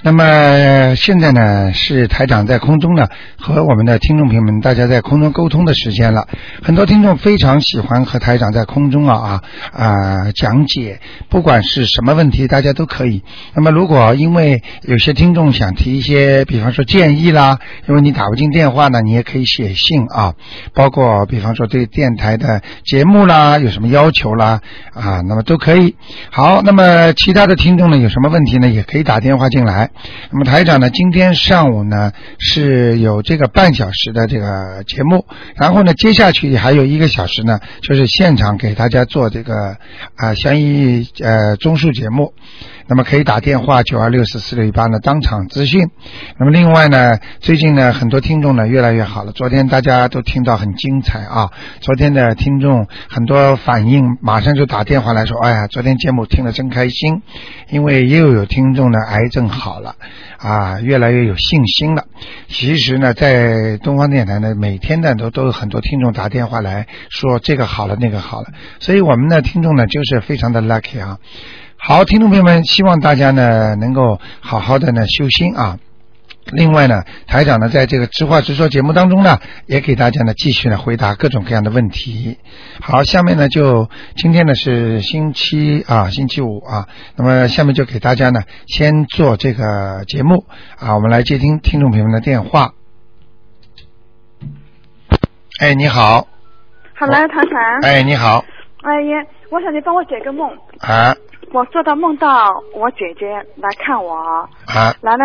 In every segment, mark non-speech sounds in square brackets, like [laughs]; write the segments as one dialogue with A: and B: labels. A: 那么呃现在呢，是台长在空中呢和我们的听众朋友们大家在空中沟通的时间了。很多听众非常喜欢和台长在空中啊啊啊、讲解，不管是什么问题，大家都可以。那么如果因为有些听众想提一些，比方说建议啦，因为你打不进电话呢，你也可以写信啊，包括比方说对电台的节目啦有什么要求啦啊，那么都可以。好，那么其他的听众呢有什么问题呢，也可以打电话进来。那么台长呢，今天上午呢是有这个半小时的这个节目，然后呢，接下去还有一个小时呢，就是现场给大家做这个啊悬疑呃综述节目。那么可以打电话九二六四四六一八呢，当场咨询。那么另外呢，最近呢，很多听众呢越来越好了。昨天大家都听到很精彩啊，昨天的听众很多反应，马上就打电话来说，哎呀，昨天节目听了真开心，因为又有听众呢癌症好了啊，越来越有信心了。其实呢，在东方电台呢，每天呢都都有很多听众打电话来说这个好了那个好了，所以我们的听众呢就是非常的 lucky 啊。好，听众朋友们，希望大家呢能够好好的呢修心啊。另外呢，台长呢在这个直话直说节目当中呢，也给大家呢继续呢回答各种各样的问题。好，下面呢就今天呢是星期啊星期五啊，那么下面就给大家呢先做这个节目啊，我们来接听听众朋友们的电话。哎，你好，
B: 好了，唐晨。
A: 哎，你好，
B: 哎呀，我想你帮我解个梦。
A: 啊
B: 我做到梦到我姐姐来看我，
A: 啊
B: 来呢，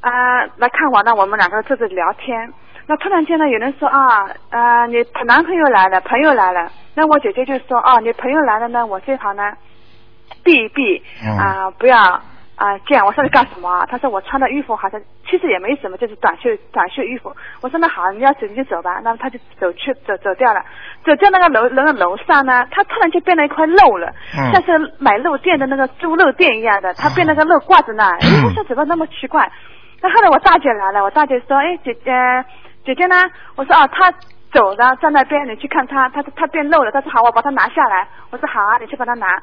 B: 啊、来看我呢，我们两个坐着聊天。那突然间呢，有人说啊，呃，你男朋友来了，朋友来了。那我姐姐就说啊，你朋友来了呢，我这旁呢，避一避
A: 嗯
B: 啊、不要啊、这样。我说你干什么啊？她说我穿的衣服好像其实也没什么，就是短袖短袖衣服。我说那好，你要走你就走吧。那么她就走去走走掉了，走掉那个楼楼的楼上呢，她突然就变了一块肉了，
A: 嗯
B: 像是买肉店的那个猪肉店一样的，她变了个肉挂在那。哎，我说怎么那么奇怪？那后来我大姐来了，我大姐说，哎，姐姐，姐姐呢？我说哦，她走了，在那边，你去看她，她她变肉了。她说好，我把它拿下来。我说好啊，你去把它拿。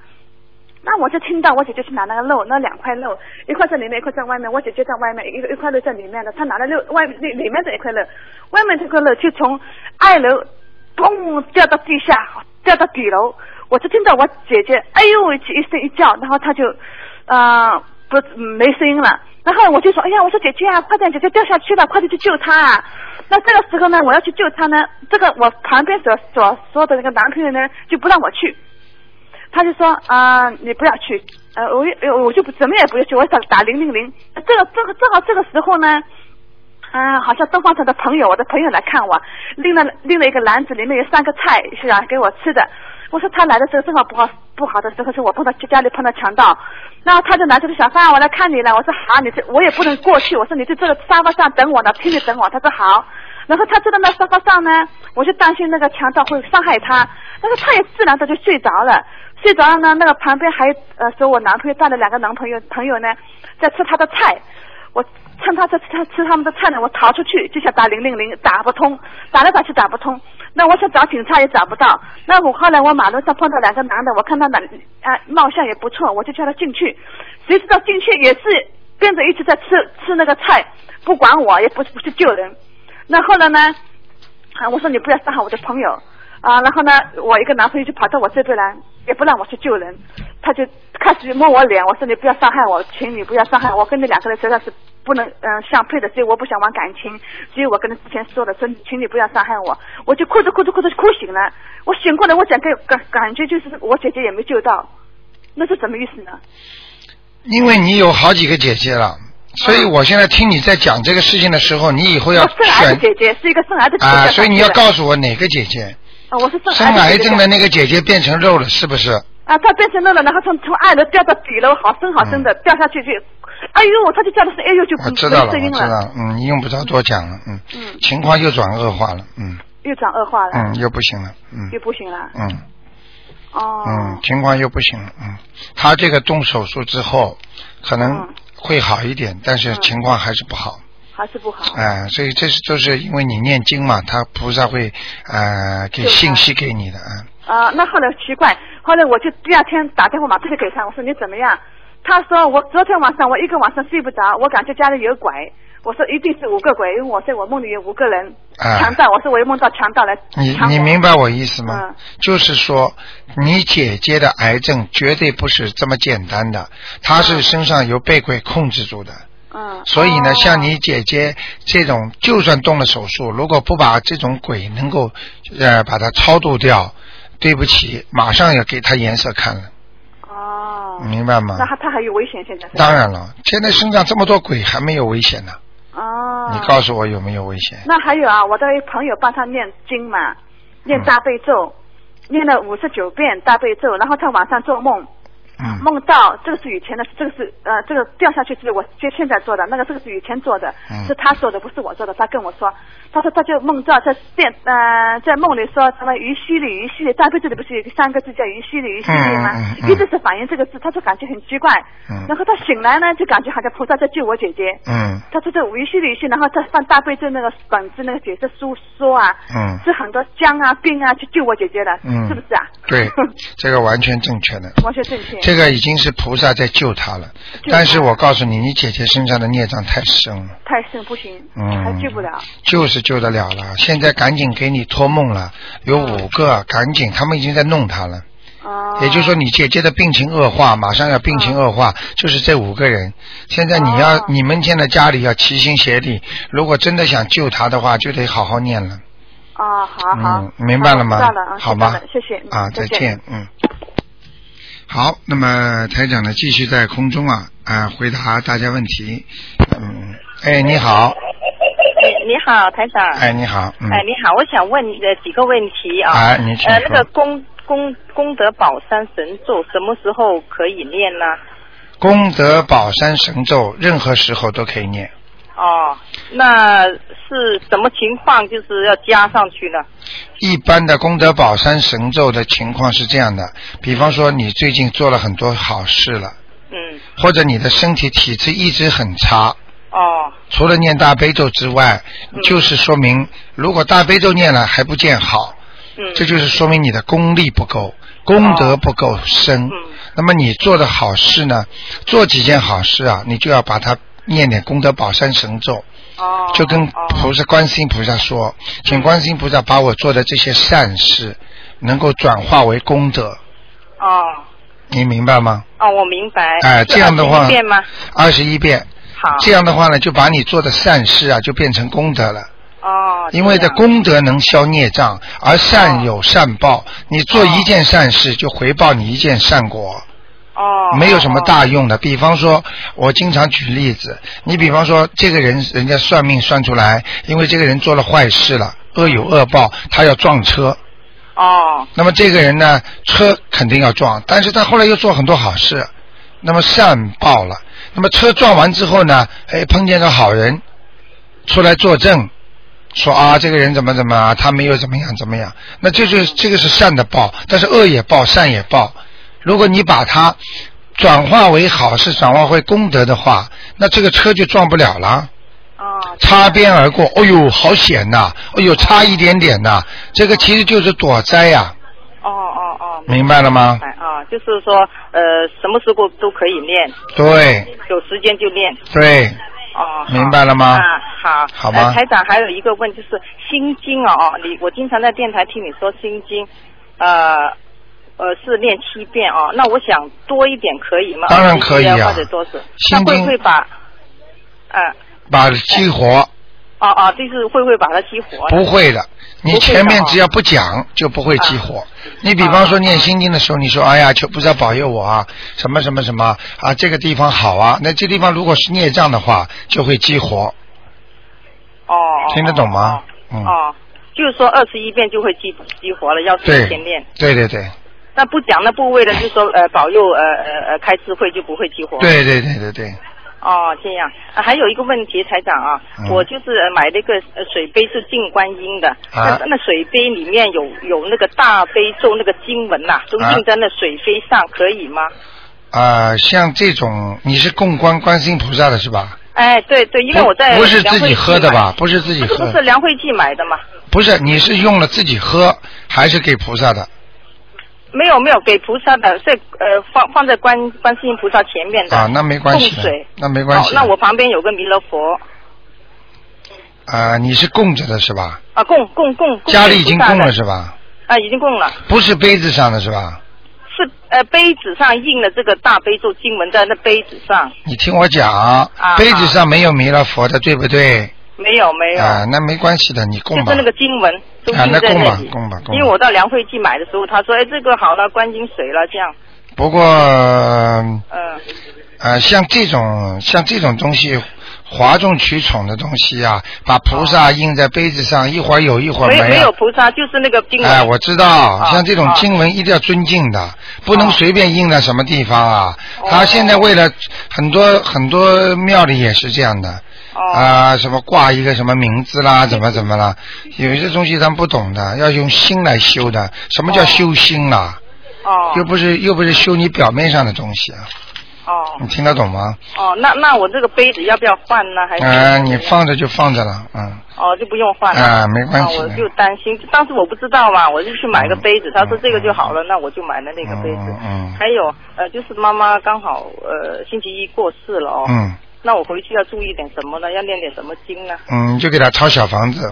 B: 那我就听到我姐姐去拿那个肉，那两块肉，一块在里面，一块在外面。我姐姐在外面，一个一块肉在里面的，她拿了肉外里里面这一块肉，外面这块肉就从二楼咚掉到地下，掉到底楼。我就听到我姐姐哎呦一起一声一叫，然后她就，呃，不没声音了。然后我就说，哎呀，我说姐姐啊，快点，姐姐掉下去了，快点去救她啊！那这个时候呢，我要去救她呢，这个我旁边所所说的那个男朋友呢，就不让我去。他就说啊、你不要去，呃，我也呃我就不怎么也不要去，我打打零零零。这个这个正好这个时候呢，啊、好像东方城的朋友，我的朋友来看我，拎了拎了一个篮子，里面有三个菜是啊，给我吃的。我说他来的时候正好不好不好的时候，是我碰到家里碰到强盗，然后他就拿这个小贩我来看你了。我说好，你这我也不能过去，我说你就这个沙发上等我呢，拼命等我。他说好，然后他坐在那沙发上呢，我就担心那个强盗会伤害他，但是他也自然的就睡着了。睡着了呢，那个旁边还呃说我男朋友带了两个男朋友朋友呢，在吃他的菜。我趁他在吃他吃他们的菜呢，我逃出去就想打零零零，打不通，打来打去打不通。那我想找警察也找不到。那我后来我马路上碰到两个男的，我看他们啊、貌相也不错，我就叫他进去。谁知道进去也是跟着一直在吃吃那个菜，不管我，也不是不去救人。那后来呢，啊，我说你不要伤害我的朋友啊。然后呢，我一个男朋友就跑到我这边来，也不让我去救人，他就开始摸我脸。我说你不要伤害我，请你不要伤害我，跟你两个人实在是不能嗯、呃相配的，所以我不想玩感情。所以我跟他之前说的，说请你不要伤害我。我就哭着哭着哭着哭醒了，我醒过来，我整个感感觉就是我姐姐也没救到，那是什么意思呢？
A: 因为你有好几个姐姐了，所
B: 嗯
A: 以我现在听你在讲这个事情的时候，你以后要
B: 我生癌
A: 选
B: 的姐姐哦是一个生癌的姐姐，
A: 啊、所以你要
B: 她是
A: 告诉我哪个姐姐
B: 啊，我是生
A: 生癌
B: 的姐
A: 症
B: 姐
A: 的那个姐姐变成肉了，是不是？
B: 啊，他变成那了，然后从从二楼掉到底楼，好深好深的、掉下去就，哎呦，他就叫的是哎呦就
A: 我
B: 没
A: 嗯啊知道了，
B: 声
A: 我
B: 音
A: 知道，嗯，你用不着多讲了，嗯，
B: 嗯
A: 情况又转恶化了，嗯
B: 又长恶化了，
A: 嗯，又不行了，嗯
B: 又不行了，
A: 嗯
B: 哦，
A: 嗯，情况又不行了，嗯，他这个动手术之后可能
B: 嗯
A: 会好一点，但是
B: 嗯
A: 情况还是不好，
B: 还是不好。
A: 啊、所以这是都是因为你念经嘛，他菩萨会啊给
B: 对
A: 信
B: 啊
A: 息给你的啊。
B: 啊，那后来奇怪，后来我就第二天打电话马上就给他，我说你怎么样？他说我昨天晚上我一个晚上睡不着，我感觉家里有鬼。我说一定是五个鬼，因为我在我梦里有五个人、
A: 啊
B: 强盗。我说我又梦到强盗来
A: 你
B: 抢
A: 你
B: 我
A: 明白我意思吗？
B: 嗯
A: 就是说，你姐姐的癌症绝对不是这么简单的，她是身上有被鬼控制住的。
B: 嗯，
A: 所以呢，
B: 哦
A: 像你姐姐这种，就算动了手术，如果不把这种鬼能够呃把它超度掉，对不起，马上要给她颜色看了，
B: 哦，
A: 明白吗
B: 那？他他还有危险现在是吧？
A: 当然了，现在身上这么多鬼还没有危险呢，
B: 哦，
A: 你告诉我有没有危险？
B: 那还有啊，我的朋友帮他念经嘛，念大悲
A: 嗯
B: 咒，念了五十九遍大悲咒，然后他晚上做梦，
A: 嗯，
B: 梦到这个是以前的，这个是呃，这个掉下去是我现现在做的，那个这个是以前做的，
A: 嗯
B: 是他做的，不是我做的。他跟我说，他说他就梦到在电呃在梦里说什么鱼溪里鱼溪里，大悲咒里不是有个三个字叫鱼溪里鱼溪里吗？
A: 嗯嗯嗯
B: 一直是反映这个字，他就感觉很奇怪。
A: 嗯
B: 然后他醒来呢，就感觉好像菩萨在救我姐姐。
A: 嗯
B: 他说这无需理性，然后再放大悲咒那个本子那个解释书说啊，
A: 嗯，
B: 是很多姜啊、病啊去救我姐姐的，
A: 嗯
B: 是不是啊？ [laughs]
A: 对，这个完全正确的。
B: 完全正确。
A: 这个已经是菩萨在救他了，
B: 救她
A: 但是我告诉你，你姐姐身上的孽障太深了，
B: 太深不行，
A: 嗯
B: 还救不了。
A: 就是救得了了。现在赶紧给你托梦了，有五个，赶紧，他们已经在弄他了。
B: 哦。
A: 也就是说，你姐姐的病情恶化，马上要病情恶化，就是这五个人。现在你要，
B: 哦
A: 你们现在家里要齐心协力，如果真的想救他的话，就得好好念了。
B: 哦，好好，
A: 嗯，明白了吗？
B: 好我知道了，啊
A: 好
B: 知道
A: 吗
B: 了？谢谢嗯
A: 啊，
B: 再
A: 再见，嗯。好，那么台长呢，继续在空中啊啊、回答大家问题。嗯，哎，你好，
C: 哎，你好，台长。
A: 哎，你好，嗯，
C: 哎，你好，我想问呃几个问题啊。
A: 哎你请
C: 呃，
A: 说
C: 那个功功功德宝山神咒什么时候可以念呢？
A: 功德宝山神咒，任何时候都可以念。
C: 哦，那是什么情况？就是要加上去呢？
A: 一般的功德宝山神咒的情况是这样的，比方说你最近做了很多好事了，
C: 嗯，
A: 或者你的身体体质一直很差，
C: 哦，
A: 除了念大悲咒之外，
C: 嗯
A: 就是说明如果大悲咒念了还不见好，
C: 嗯，
A: 这就是说明你的功力不够，功德不够深
C: 嗯。
A: 那么你做的好事呢，做几件好事啊，你就要把它念点功德宝山神咒，
C: 哦，
A: 就跟
C: 哦嗯
A: 菩萨观世音菩萨说，请观世音菩萨把我做的这些善事，能够转化为功德，
C: 哦
A: 你明白吗？
C: 哦，我明白。
A: 哎
C: 是
A: 这样的话
C: 21遍吗？
A: 二十一遍，
C: 好。
A: 这样的话呢，就把你做的善事啊，就变成功德了。
C: 哦，
A: 因为
C: 这
A: 这
C: 样
A: 功德能消孽障，而善
C: 哦
A: 有善报。你做一件善事，就回报你一件善果，
C: 哦
A: 没有什么大
C: 哦
A: 用的。比方说，我经常举例子，你比方说，这个人人家算命算出来，因为这个人做了坏事了，恶有恶报，他要撞车。
C: 哦
A: 那么这个人呢，车肯定要撞，但是他后来又做很多好事，那么善报了。那么车撞完之后呢，哎，碰见个好人出来作证，说啊，这个人怎么怎么啊，他没有怎么样怎么样。那这就是这个是善的报，但是恶也报，善也报。如果你把它转化为好事，转化为功德的话，那这个车就撞不了了。
C: 哦
A: 擦边而过，哎呦，好险呐、哎呦，差一点点呐、这个其实就是躲灾呀、
C: 哦哦哦，
A: 明白了吗
C: 明？白啊，就是说呃，什么时候都可以念，
A: 对
C: 有时间就念。
A: 对，
C: 哦，好
A: 明白了吗
C: 啊，好，
A: 好吧
C: 呃台长还有一个问就是《心经》哦，哦，你我经常在电台听你说《心经》，呃，呃是念七遍哦，那我想多一点可以吗？
A: 当然可以啊
C: 21遍或者多是，那
A: 心经
C: 会不会把，呃，
A: 把激活
C: 哦哦，就是会不会把它激活？
A: 不会的，你
C: 不会的
A: 前面
C: 哦
A: 只要不讲就不会激
B: 啊
A: 活。你比方说念心经的时候，你说哎呀，求菩萨保佑我啊，什么什么什么啊，这个地方好啊，那这地方如果是孽障的话，就会激活。
C: 哦，哦
A: 听得懂吗
C: 哦
A: 嗯
C: 哦，就是说二十一遍就会激激活了，要
A: 对
C: 提前念。，
A: 对对对，
C: 那不讲那不为了，就说呃保佑呃呃呃开智慧就不会激活。
A: 对对对对对，
C: 哦，这样、啊。还有一个问题，台长啊，
A: 嗯
C: 我就是呃买了一个呃水杯是净观音的，
A: 啊
C: 那那水杯里面有有那个大悲咒那个经文呐、都
A: 啊
C: 印在那水杯上，可以吗？
A: 啊、像这种你是供观观世音菩萨的是吧？
B: 哎，对对，因为我在
A: 不是自己喝的吧
B: 良？惠记买？
A: 不是自己
B: 不是
A: 喝
B: 不，是梁惠记买的嘛？
A: 不是，你是用了自己喝还是给菩萨的？
B: 没有没有，给菩萨的，是呃放放在观观世音菩萨前面的。
A: 啊，那没关系
B: 供
A: 的
B: 水，
A: 那没关系
B: 哦，
A: 的。
B: 那我旁边有个弥勒佛
A: 啊，你是供着的是吧？
B: 啊，供供供。供
A: 家里已经
B: 菩萨
A: 供
B: 的
A: 了是吧？
B: 啊，已经供了，
A: 不是杯子上的是吧？
B: 是呃杯子上印了这个大悲咒经文在那杯子上，
A: 你听我
B: 啊
A: 讲，杯子上没有弥勒佛的，对不对？
B: 没有没有，
A: 啊，那没关系的，你供
B: 就
A: 吧
B: 是那。个经文都
A: 啊
B: 印
A: 那
B: 在
A: 供吧
B: 里。
A: 供吧供吧
B: 因为我到梁惠记买的时候，他说哎这个好了，观音水了这样，
A: 不过，
B: 嗯
A: 呃，像这种像这种东西，哗众取宠的东西啊，把菩萨印在杯子上，一会儿有一会儿
B: 哦没有没
A: 有
B: 有。菩萨，就是那个经文。
A: 哎，我知道，
B: 啊
A: 像这种
B: 啊
A: 经文一定要尊敬的，不能
B: 啊
A: 随便印在什么地方啊。
B: 哦
A: 他现在为了很多很多庙里也是这样的，
B: 哦
A: 啊，什么挂一个什么名字啦，
B: 嗯
A: 怎么怎么啦，有些东西咱不懂的，要用心来修的。什么叫
B: 哦
A: 修心啦？
B: 哦
A: 又不是又不是修你表面上的东西啊，
B: 哦
A: 你听得懂吗？
B: 哦，那那我这个杯子要不要换呢？还是
A: 啊，你放着就放着了，嗯，
B: 哦就不用换了
A: 啊没关系
B: 啊我就担心，当时我不知道嘛，我就去买个杯子，他说这个就好了，那我就买了那个杯子。
A: 嗯嗯
B: 还有呃，就是妈妈刚好呃星期一过世了哦，
A: 嗯
B: 那我回去要注意点什么呢？要念点什么经呢？
A: 嗯，你就给他抄小房子，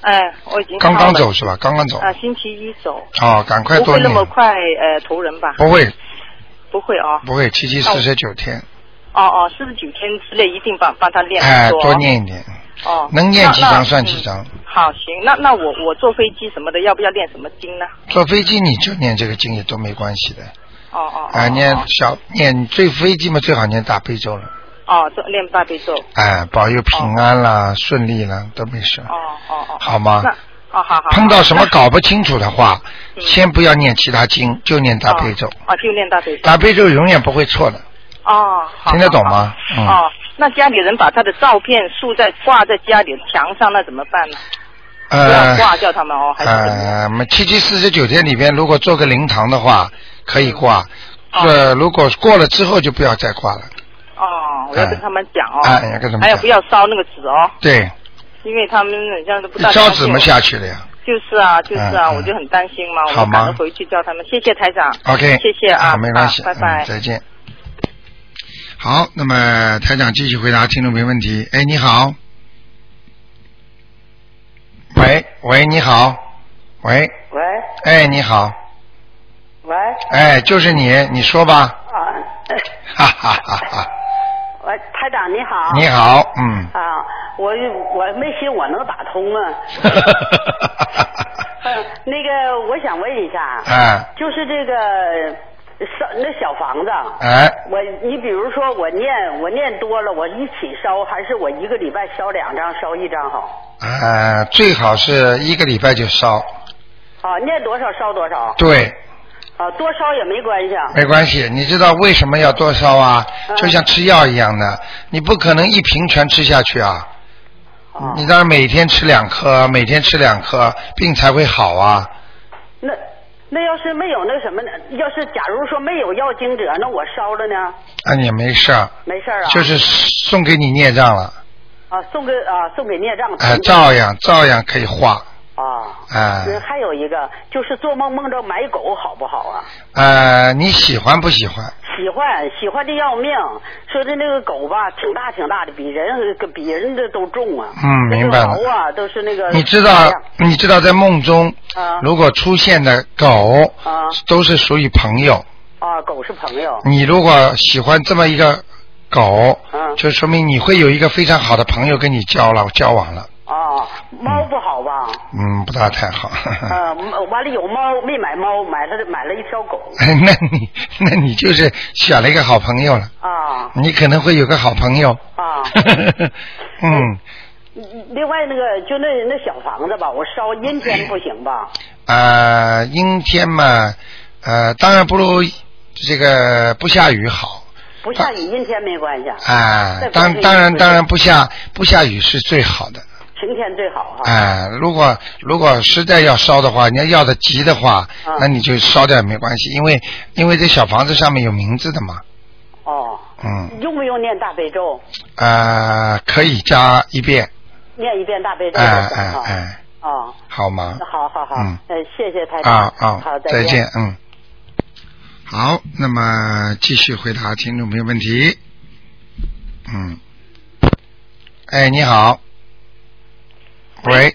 B: 哎，我已经
A: 刚刚
B: 抄了
A: 走是吧？刚刚走，
B: 啊，星期一走，
A: 哦，赶快哦
B: 不
A: 多
B: 会那
A: 念，
B: 么快呃投人吧？
A: 不会
B: 不会哦，
A: 不会，七七四十九天，
B: 哦哦，四十九天之内一定帮帮他念
A: 哎，
B: 说
A: 多念一点，
B: 哦，
A: 能念几
B: 那
A: 张
B: 那
A: 算几
B: 嗯
A: 张。
B: 好，行，那那我我坐飞机什么的，要不要念什么经呢？
A: 坐飞机你就念这个经也都没关系的，
B: 哦哦，
A: 啊，
B: 哦
A: 念小念最飞机嘛，最好念大悲咒了。
B: 哦，做念大悲咒，
A: 哎，保佑平安啦，顺利啦，都没事。
B: 哦哦哦，
A: 好吗
B: 那哦好好，
A: 碰到什么
B: 那
A: 搞不清楚的话，
B: 嗯
A: 先不要念其他经，就念大悲咒
B: 哦。哦，就念大悲咒，
A: 大悲咒永远不会错的。
B: 哦，好
A: 听得懂吗
B: 好
A: 嗯
B: 好哦，那家里人把他的照片竖在挂在家里的墙上，那怎么办呢？不要
A: 呃
B: 挂掉他们哦，还是怎么样？
A: 呃，我们七七四十九天里边，如果做个灵堂的话，可以
B: 嗯
A: 挂。这如果过了之后就不要再挂了。
B: 哦，我要跟他们讲哦，
A: 哎要跟他们讲
B: 还有不要烧那个纸哦，
A: 对，
B: 因为他们好像都不
A: 一
B: 大
A: 烧
B: 相
A: 纸
B: 信
A: 嘛
B: 我
A: 下去了呀。
B: 就是啊，就是啊，
A: 嗯嗯
B: 我就很担心嘛，
A: 好
B: 我
A: 吗
B: 赶着回去叫他们。谢谢台长
A: OK，
B: 谢谢啊，
A: 好没关系，
B: 啊拜拜
A: 嗯，。再见。好，那么台长继续回答听众朋友问题。哎，你好，喂喂，你好，喂，
D: 喂
A: 哎，你好，
D: 喂
A: 哎，就是你，你说吧， [laughs]
D: 啊，
A: 哈哈哈哈，
D: 喂，呃台长你好。
A: 你好，嗯，
D: 啊，我我没信我能打通
A: [laughs]
D: 啊。嗯，那个我想问一下，
A: 哎
D: 就是这个烧那小房子，
A: 哎，
D: 我你比如说我念我念多了，我一起烧，还是我一个礼拜烧两张，烧一张好？
A: 呃，最好是一个礼拜就烧，
D: 啊，念多少烧多少，
A: 对，
D: 啊，多烧也没关系啊。
A: 没关系，你知道为什么要多烧啊？
D: 嗯
A: 就像吃药一样的，你不可能一瓶全吃下去啊。
D: 啊
A: 你当然每天吃两颗，每天吃两颗，病才会好啊。
D: 那那要是没有那什么呢？要是假如说没有要经者，那我烧了呢？
A: 啊，你没事儿，
D: 没事儿啊。
A: 就是送给你孽障了，
D: 啊，送给啊，送给孽障的
A: 哎、
D: 同志
A: 照样照样可以化，
D: 啊。
A: 哎、
D: 嗯，还有一个就是做梦梦着买狗好不好啊？
A: 呃，你喜欢不喜欢？
D: 喜欢喜欢的要命，说的那个狗吧，挺大挺大的，比人跟比人的都重啊。
A: 嗯明白了
D: 那个毛啊，都是那个。
A: 你知道，你知道在梦中，
D: 哎啊
A: 如果出现的狗
D: 啊
A: 都是属于朋友，
D: 啊，狗是朋友。
A: 你如果喜欢这么一个狗，
D: 嗯
A: 就说明你会有一个非常好的朋友跟你交了交往了，
D: 啊，猫不好吧？
A: 嗯，不大太好。
D: 啊，完了有猫没买猫，买了买了一条狗
A: [laughs] 那你那你就是选了一个好朋友了，
D: 啊
A: 你可能会有个好朋友。 [laughs]
D: 啊。
A: 嗯
D: 另外那个就那那小房子吧，我烧阴天不行吧？
A: 呃，阴天嘛，呃，当然不如这个不下雨好
D: 不下雨阴天没关系，
A: 啊、
D: 那不
A: 当
D: 是
A: 当然
D: 不是
A: 当然不下不下雨是最好的。
D: 晴天最好哈。
A: 哎，如果如果实在要烧的话，你要要的急的话，
D: 嗯
A: 那你就烧掉也没关系，因为因为这小房子上面有名字的嘛，
D: 哦。
A: 嗯，
E: 用不用念大悲咒？
A: 呃，可以加一遍，
E: 念一遍大悲咒
A: 哎
E: 就
A: 哎
E: 行啊。
A: 哎，
E: 哦，
A: 好吗？
E: 好好好
A: 嗯，
E: 呃，谢谢台长
A: 啊。啊，
E: 好，
A: 再。嗯。好，那么继续回答听众朋友问题。嗯，哎，你好，喂，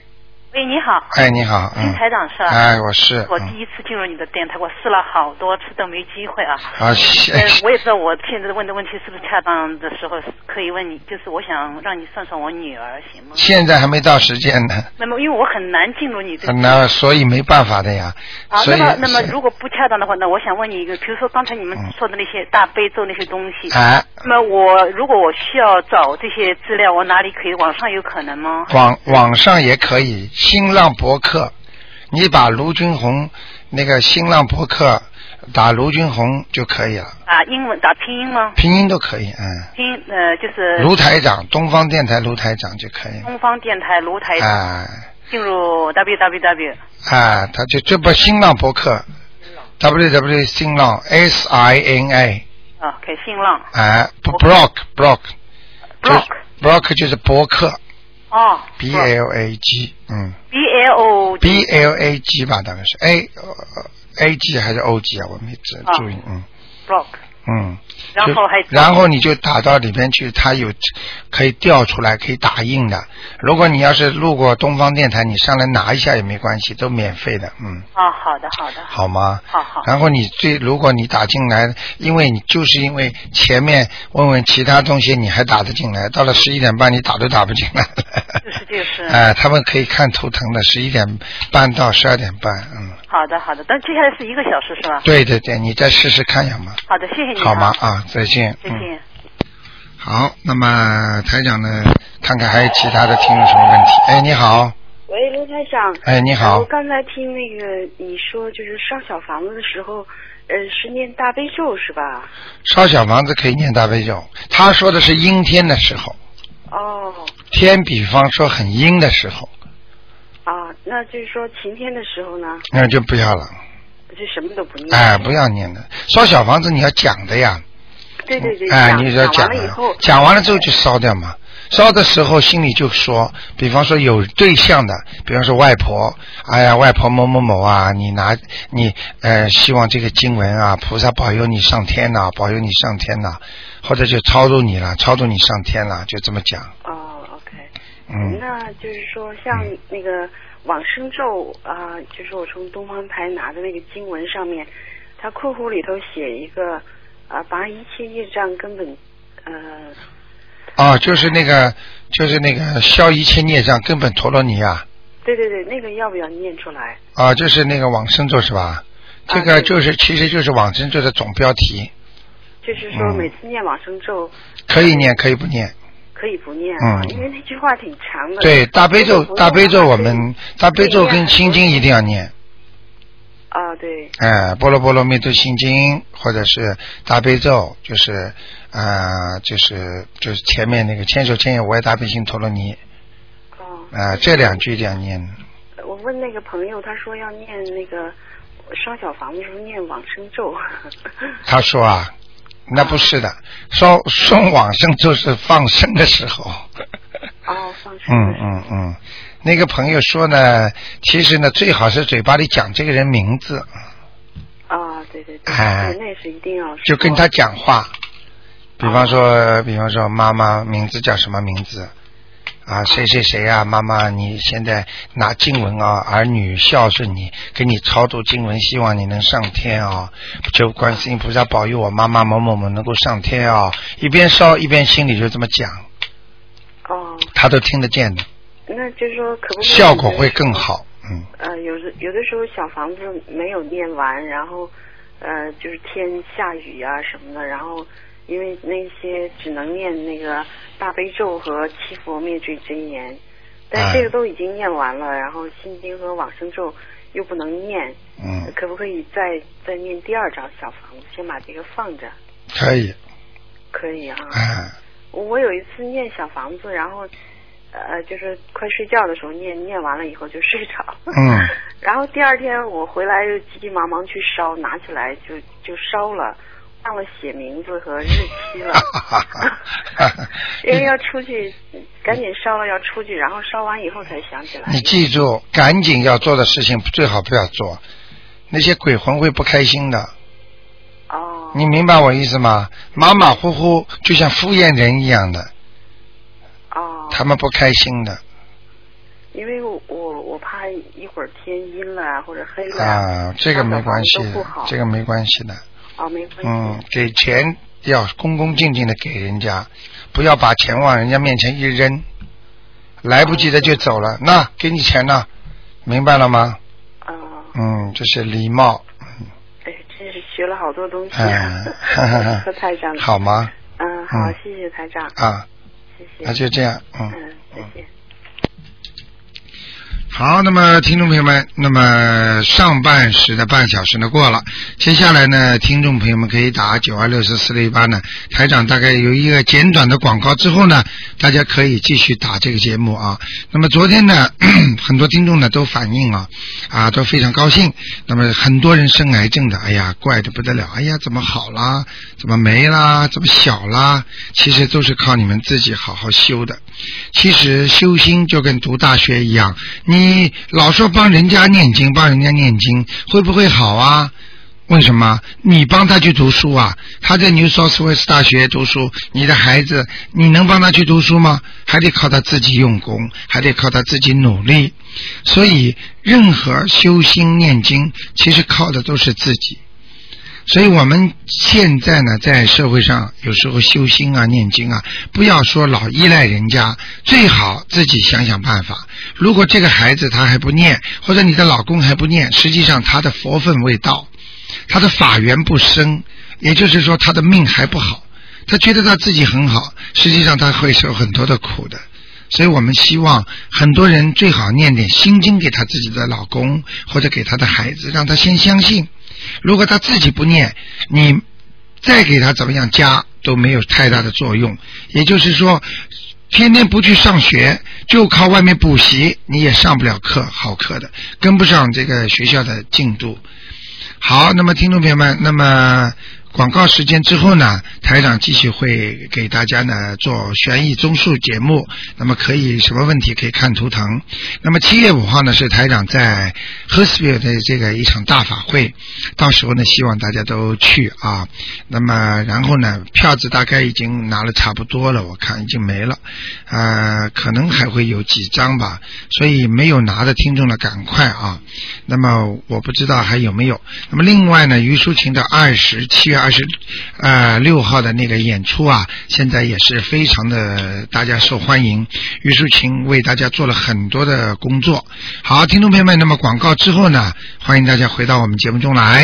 F: 喂，你好，
A: 哎，你好，
F: 金
A: 嗯，
F: 台长是吧？
A: 哎，我是，
F: 我第
A: 嗯
F: 一次进入你的电台，我试了好多次都没机会啊。
A: 啊，谢
F: 呃，我也不知道我现在问的问题是不是恰当的时候可以问你，就是我想让你算算我女儿行吗？
A: 现在还没到时间呢，
F: 那么因为我很难进入你这个
A: 那所以没办法的呀，
F: 啊，
A: 所
F: 那么
A: 以
F: 那么如果不恰当的话，那我想问你一个，比如说刚才你们
A: 嗯
F: 说的那些大悲咒那些东西，
A: 哎，
F: 那么我如果我需要找这些资料，我哪里可以？网上有可能吗？
A: 网网上也可以，新浪博客，你把卢军红那个新浪博客打卢军红就可以了，
F: 打英文打拼音吗？
A: 拼音都可以，嗯，
F: 拼音呃就是
A: 卢台长，东方电台卢台长就可以，
F: 东方电台卢台长
A: 啊
F: 进入 www
A: 啊，他就这不新浪博客，w w 新浪 s i n a
F: 啊，给新浪
A: 啊不 block block 就是
F: 哦 block
A: block 就是博客
F: 哦
A: b l a g 嗯
F: B L O
A: b l a g 吧大概是 a 呃 a g 还是 o g 啊我没注
F: 啊
A: 注意嗯。
F: block，
A: 嗯，
F: 然
A: 就
F: 后还
A: 然后你就打到里边去，它有可以调出来，可以打印的。如果你要是路过东方电台，你上来拿一下也没关系，都免费的，嗯，
F: 啊，好的好的，
A: 好吗？
F: 好好
A: 然后你最，如果你打进来，因为你就是因为前面问问其他东西，你还打得进来，到了十一点半你打都打不进来了。
F: 就是就是
A: [laughs] 哎、他们可以看图腾的，十一点半到十二点半，嗯，
F: 好的好的，但接下来是一个小时是吧？
A: 对对对，你再试试看呀嘛，
F: 好的，谢谢你啊
A: 好吗？，啊，再见，
F: 再
A: 嗯
F: 见。
A: 好，那么台长呢，看看还有其他的听众什么问题？哎，你好，
D: 喂，卢台长。
A: 哎，你
D: 呃
A: 好
D: 我，刚才听那个你说，就是上小房子的时候，呃，是念大悲咒是吧？
A: 烧小房子可以念大悲咒。他说的是阴天的时候，
D: 哦，
A: 天比方说很阴的时候，
D: 啊，那就是说晴天的时候呢，
A: 那就不要了，
D: 我就什么都不念。
A: 哎，不要念了。烧小房子你要讲的呀，
D: 对对对，
A: 哎，
D: 讲
A: 你要
D: 讲
A: 讲
D: 完了以
A: 的
D: 后，，
A: 讲完了之后就烧掉嘛。烧的时候心里就说，比方说有对象的，比方说外婆，哎呀，外婆某某某啊，你拿你呃，希望这个经文啊，菩萨保佑你上天呐、保佑你上天呐、或者就超度你了，超度你上天了，就这么讲，
D: 哦，OK，
A: 嗯，
D: 那就是说像那个往生咒啊、就是我从东方台拿的那个经文上面，它括弧里头写一个啊、拔一切业障根本，呃，
A: 啊，就是那个就是那个消一切孽障，根本陀罗尼啊，
D: 对对对，那个要不要念出来？
A: 啊，就是那个往生咒是吧？这
D: 啊
A: 个
D: 对
A: 就是其实就是往生咒的总标题，
D: 就是说
A: 嗯
D: 每次念往生咒
A: 可以念可以不念。
D: 可以不念啊，
A: 嗯
D: 因为那句话挺长的。
A: 对，大悲咒
D: 如，果不
A: 大悲咒
D: 念的话
A: 我们大悲咒跟心经一定要念，
D: 啊，对
A: 哎，波罗波罗蜜多心经或者是大悲咒，就是啊、呃就是就是前面那个千手千眼无碍大悲心陀罗尼
D: 哦，
A: 啊、呃这两句一定要念。
D: 我问那个朋友，他说要念那个烧小房子的时候念往生咒。 [laughs] 哦
A: 他说啊，那不是的，说送往生就是放生的时候。
D: 哦，放生
A: 嗯
D: 的时候。
A: 嗯嗯，那个朋友说呢，其实呢最好是嘴巴里讲这个人名字，
D: 啊，对对对，
A: 哎
D: 对那是一定要说。
A: 就跟他讲话，比方说，比方说妈妈名字叫什么名字啊？谁谁谁啊？妈妈，你现在拿经文啊，儿女孝顺你，给你超度经文，希望你能上天啊！求观世音菩萨保佑我妈妈某某某能够上天啊！一边烧一边心里就这么讲，
D: 哦，
A: 他都听得见的，
D: 那就是说可不可以？
A: 效果会更。好。嗯，
D: 呃，有的有的时候小房子没有念完，然后呃，就是天下雨啊什么的，然后因为那些只能念那个大悲咒和七佛灭罪真言，但
A: 哎
D: 这个都已经念完了，然后心经和往生咒又不能念，
A: 嗯
D: 可不可以再再念第二张小房子，先把这个放着？
A: 可以，
D: 可以啊，
A: 哎，
D: 我有一次念小房子，然后呃，就是快睡觉的时候念，念完了以后就睡着。 [laughs]
A: 嗯。 [laughs]
D: 然后第二天我回来就急急忙忙去烧，拿起来就就烧了。忘了写名字和日
A: [laughs]
D: 期了，因为要出去，赶紧烧了要出去，然后烧完以后才想起来。
A: 你记住，赶紧要做的事情最好不要做，那些鬼魂会不开心的。
D: 哦，
A: 你明白我意思吗？马马虎虎就像敷衍人一样的，
D: 哦，
A: 他们不开心的
D: 因为我我我怕一会儿天阴了啊或者黑了
A: 啊，这个没关系
D: 烧的房子都不好
A: 的，这个没关系的。
D: 哦，没关系。
A: 嗯，给钱要恭恭敬敬的给人家，不要把钱往人家面前一扔，来不及的就走了。那给你钱呢，明白了吗？
D: 啊，
A: 嗯，这是礼貌，
D: 哎，真是学了好多东西
A: 哎
D: 啊，， [laughs] 和台长。
A: 好吗？
D: 嗯，好
A: 嗯，
D: 谢谢台长，
A: 啊，
D: 谢谢。
A: 那就这样，嗯。
D: 嗯，再见。
A: 好，那么听众朋友们，那么上半时的半小时呢过了，接下来呢，听众朋友们可以打九二六四四六八呢，台长大概有一个简短的广告之后呢，大家可以继续打这个节目啊。那么昨天呢， [clears throat] 很多听众呢都反映啊，啊都非常高兴。那么很多人生癌症的，哎呀，怪的不得了，哎呀，怎么好啦，怎么没啦，怎么小啦？其实都是靠你们自己好好修的。其实修心就跟读大学一样，你老说帮人家念经，帮人家念经会不会好啊？为什么？你帮他去读书啊？他在 New South Wales 大学读书，你的孩子，你能帮他去读书吗？还得靠他自己用功，还得靠他自己努力。所以，任何修心念经，其实靠的都是自己。所以我们现在呢，在社会上有时候修心啊、念经啊，不要说老依赖人家，最好自己想想办法。如果这个孩子他还不念，或者你的老公还不念，实际上他的佛分未到，他的法缘不深，也就是说他的命还不好。他觉得他自己很好，实际上他会受很多的苦的。所以我们希望很多人最好念点心经给他自己的老公或者给他的孩子，让他先相信。如果他自己不念，你再给他怎么样加都没有太大的作用。也就是说，天天不去上学，就靠外面补习，你也上不了课，好课的，跟不上这个学校的进度。好，那么听众朋友们，那么广告时间之后呢，台长继续会给大家呢做悬疑综述节目。那么可以什么问题可以看图腾。那么七月五号呢是台长在 h e r s v i l l e 的这个一场大法会，到时候呢希望大家都去啊。那么然后呢票子大概已经拿了差不多了，我看已经没了，呃可能还会有几张吧，所以没有拿的听众呢赶快啊。那么我不知道还有没有。那么另外呢，于淑琴的二十七月二十呃六号的那个演出啊，现在也是非常的大家受欢迎。于淑琴为大家做了很多的工作。好，听众朋友们，那么广告之后呢，欢迎大家回到我们节目中来。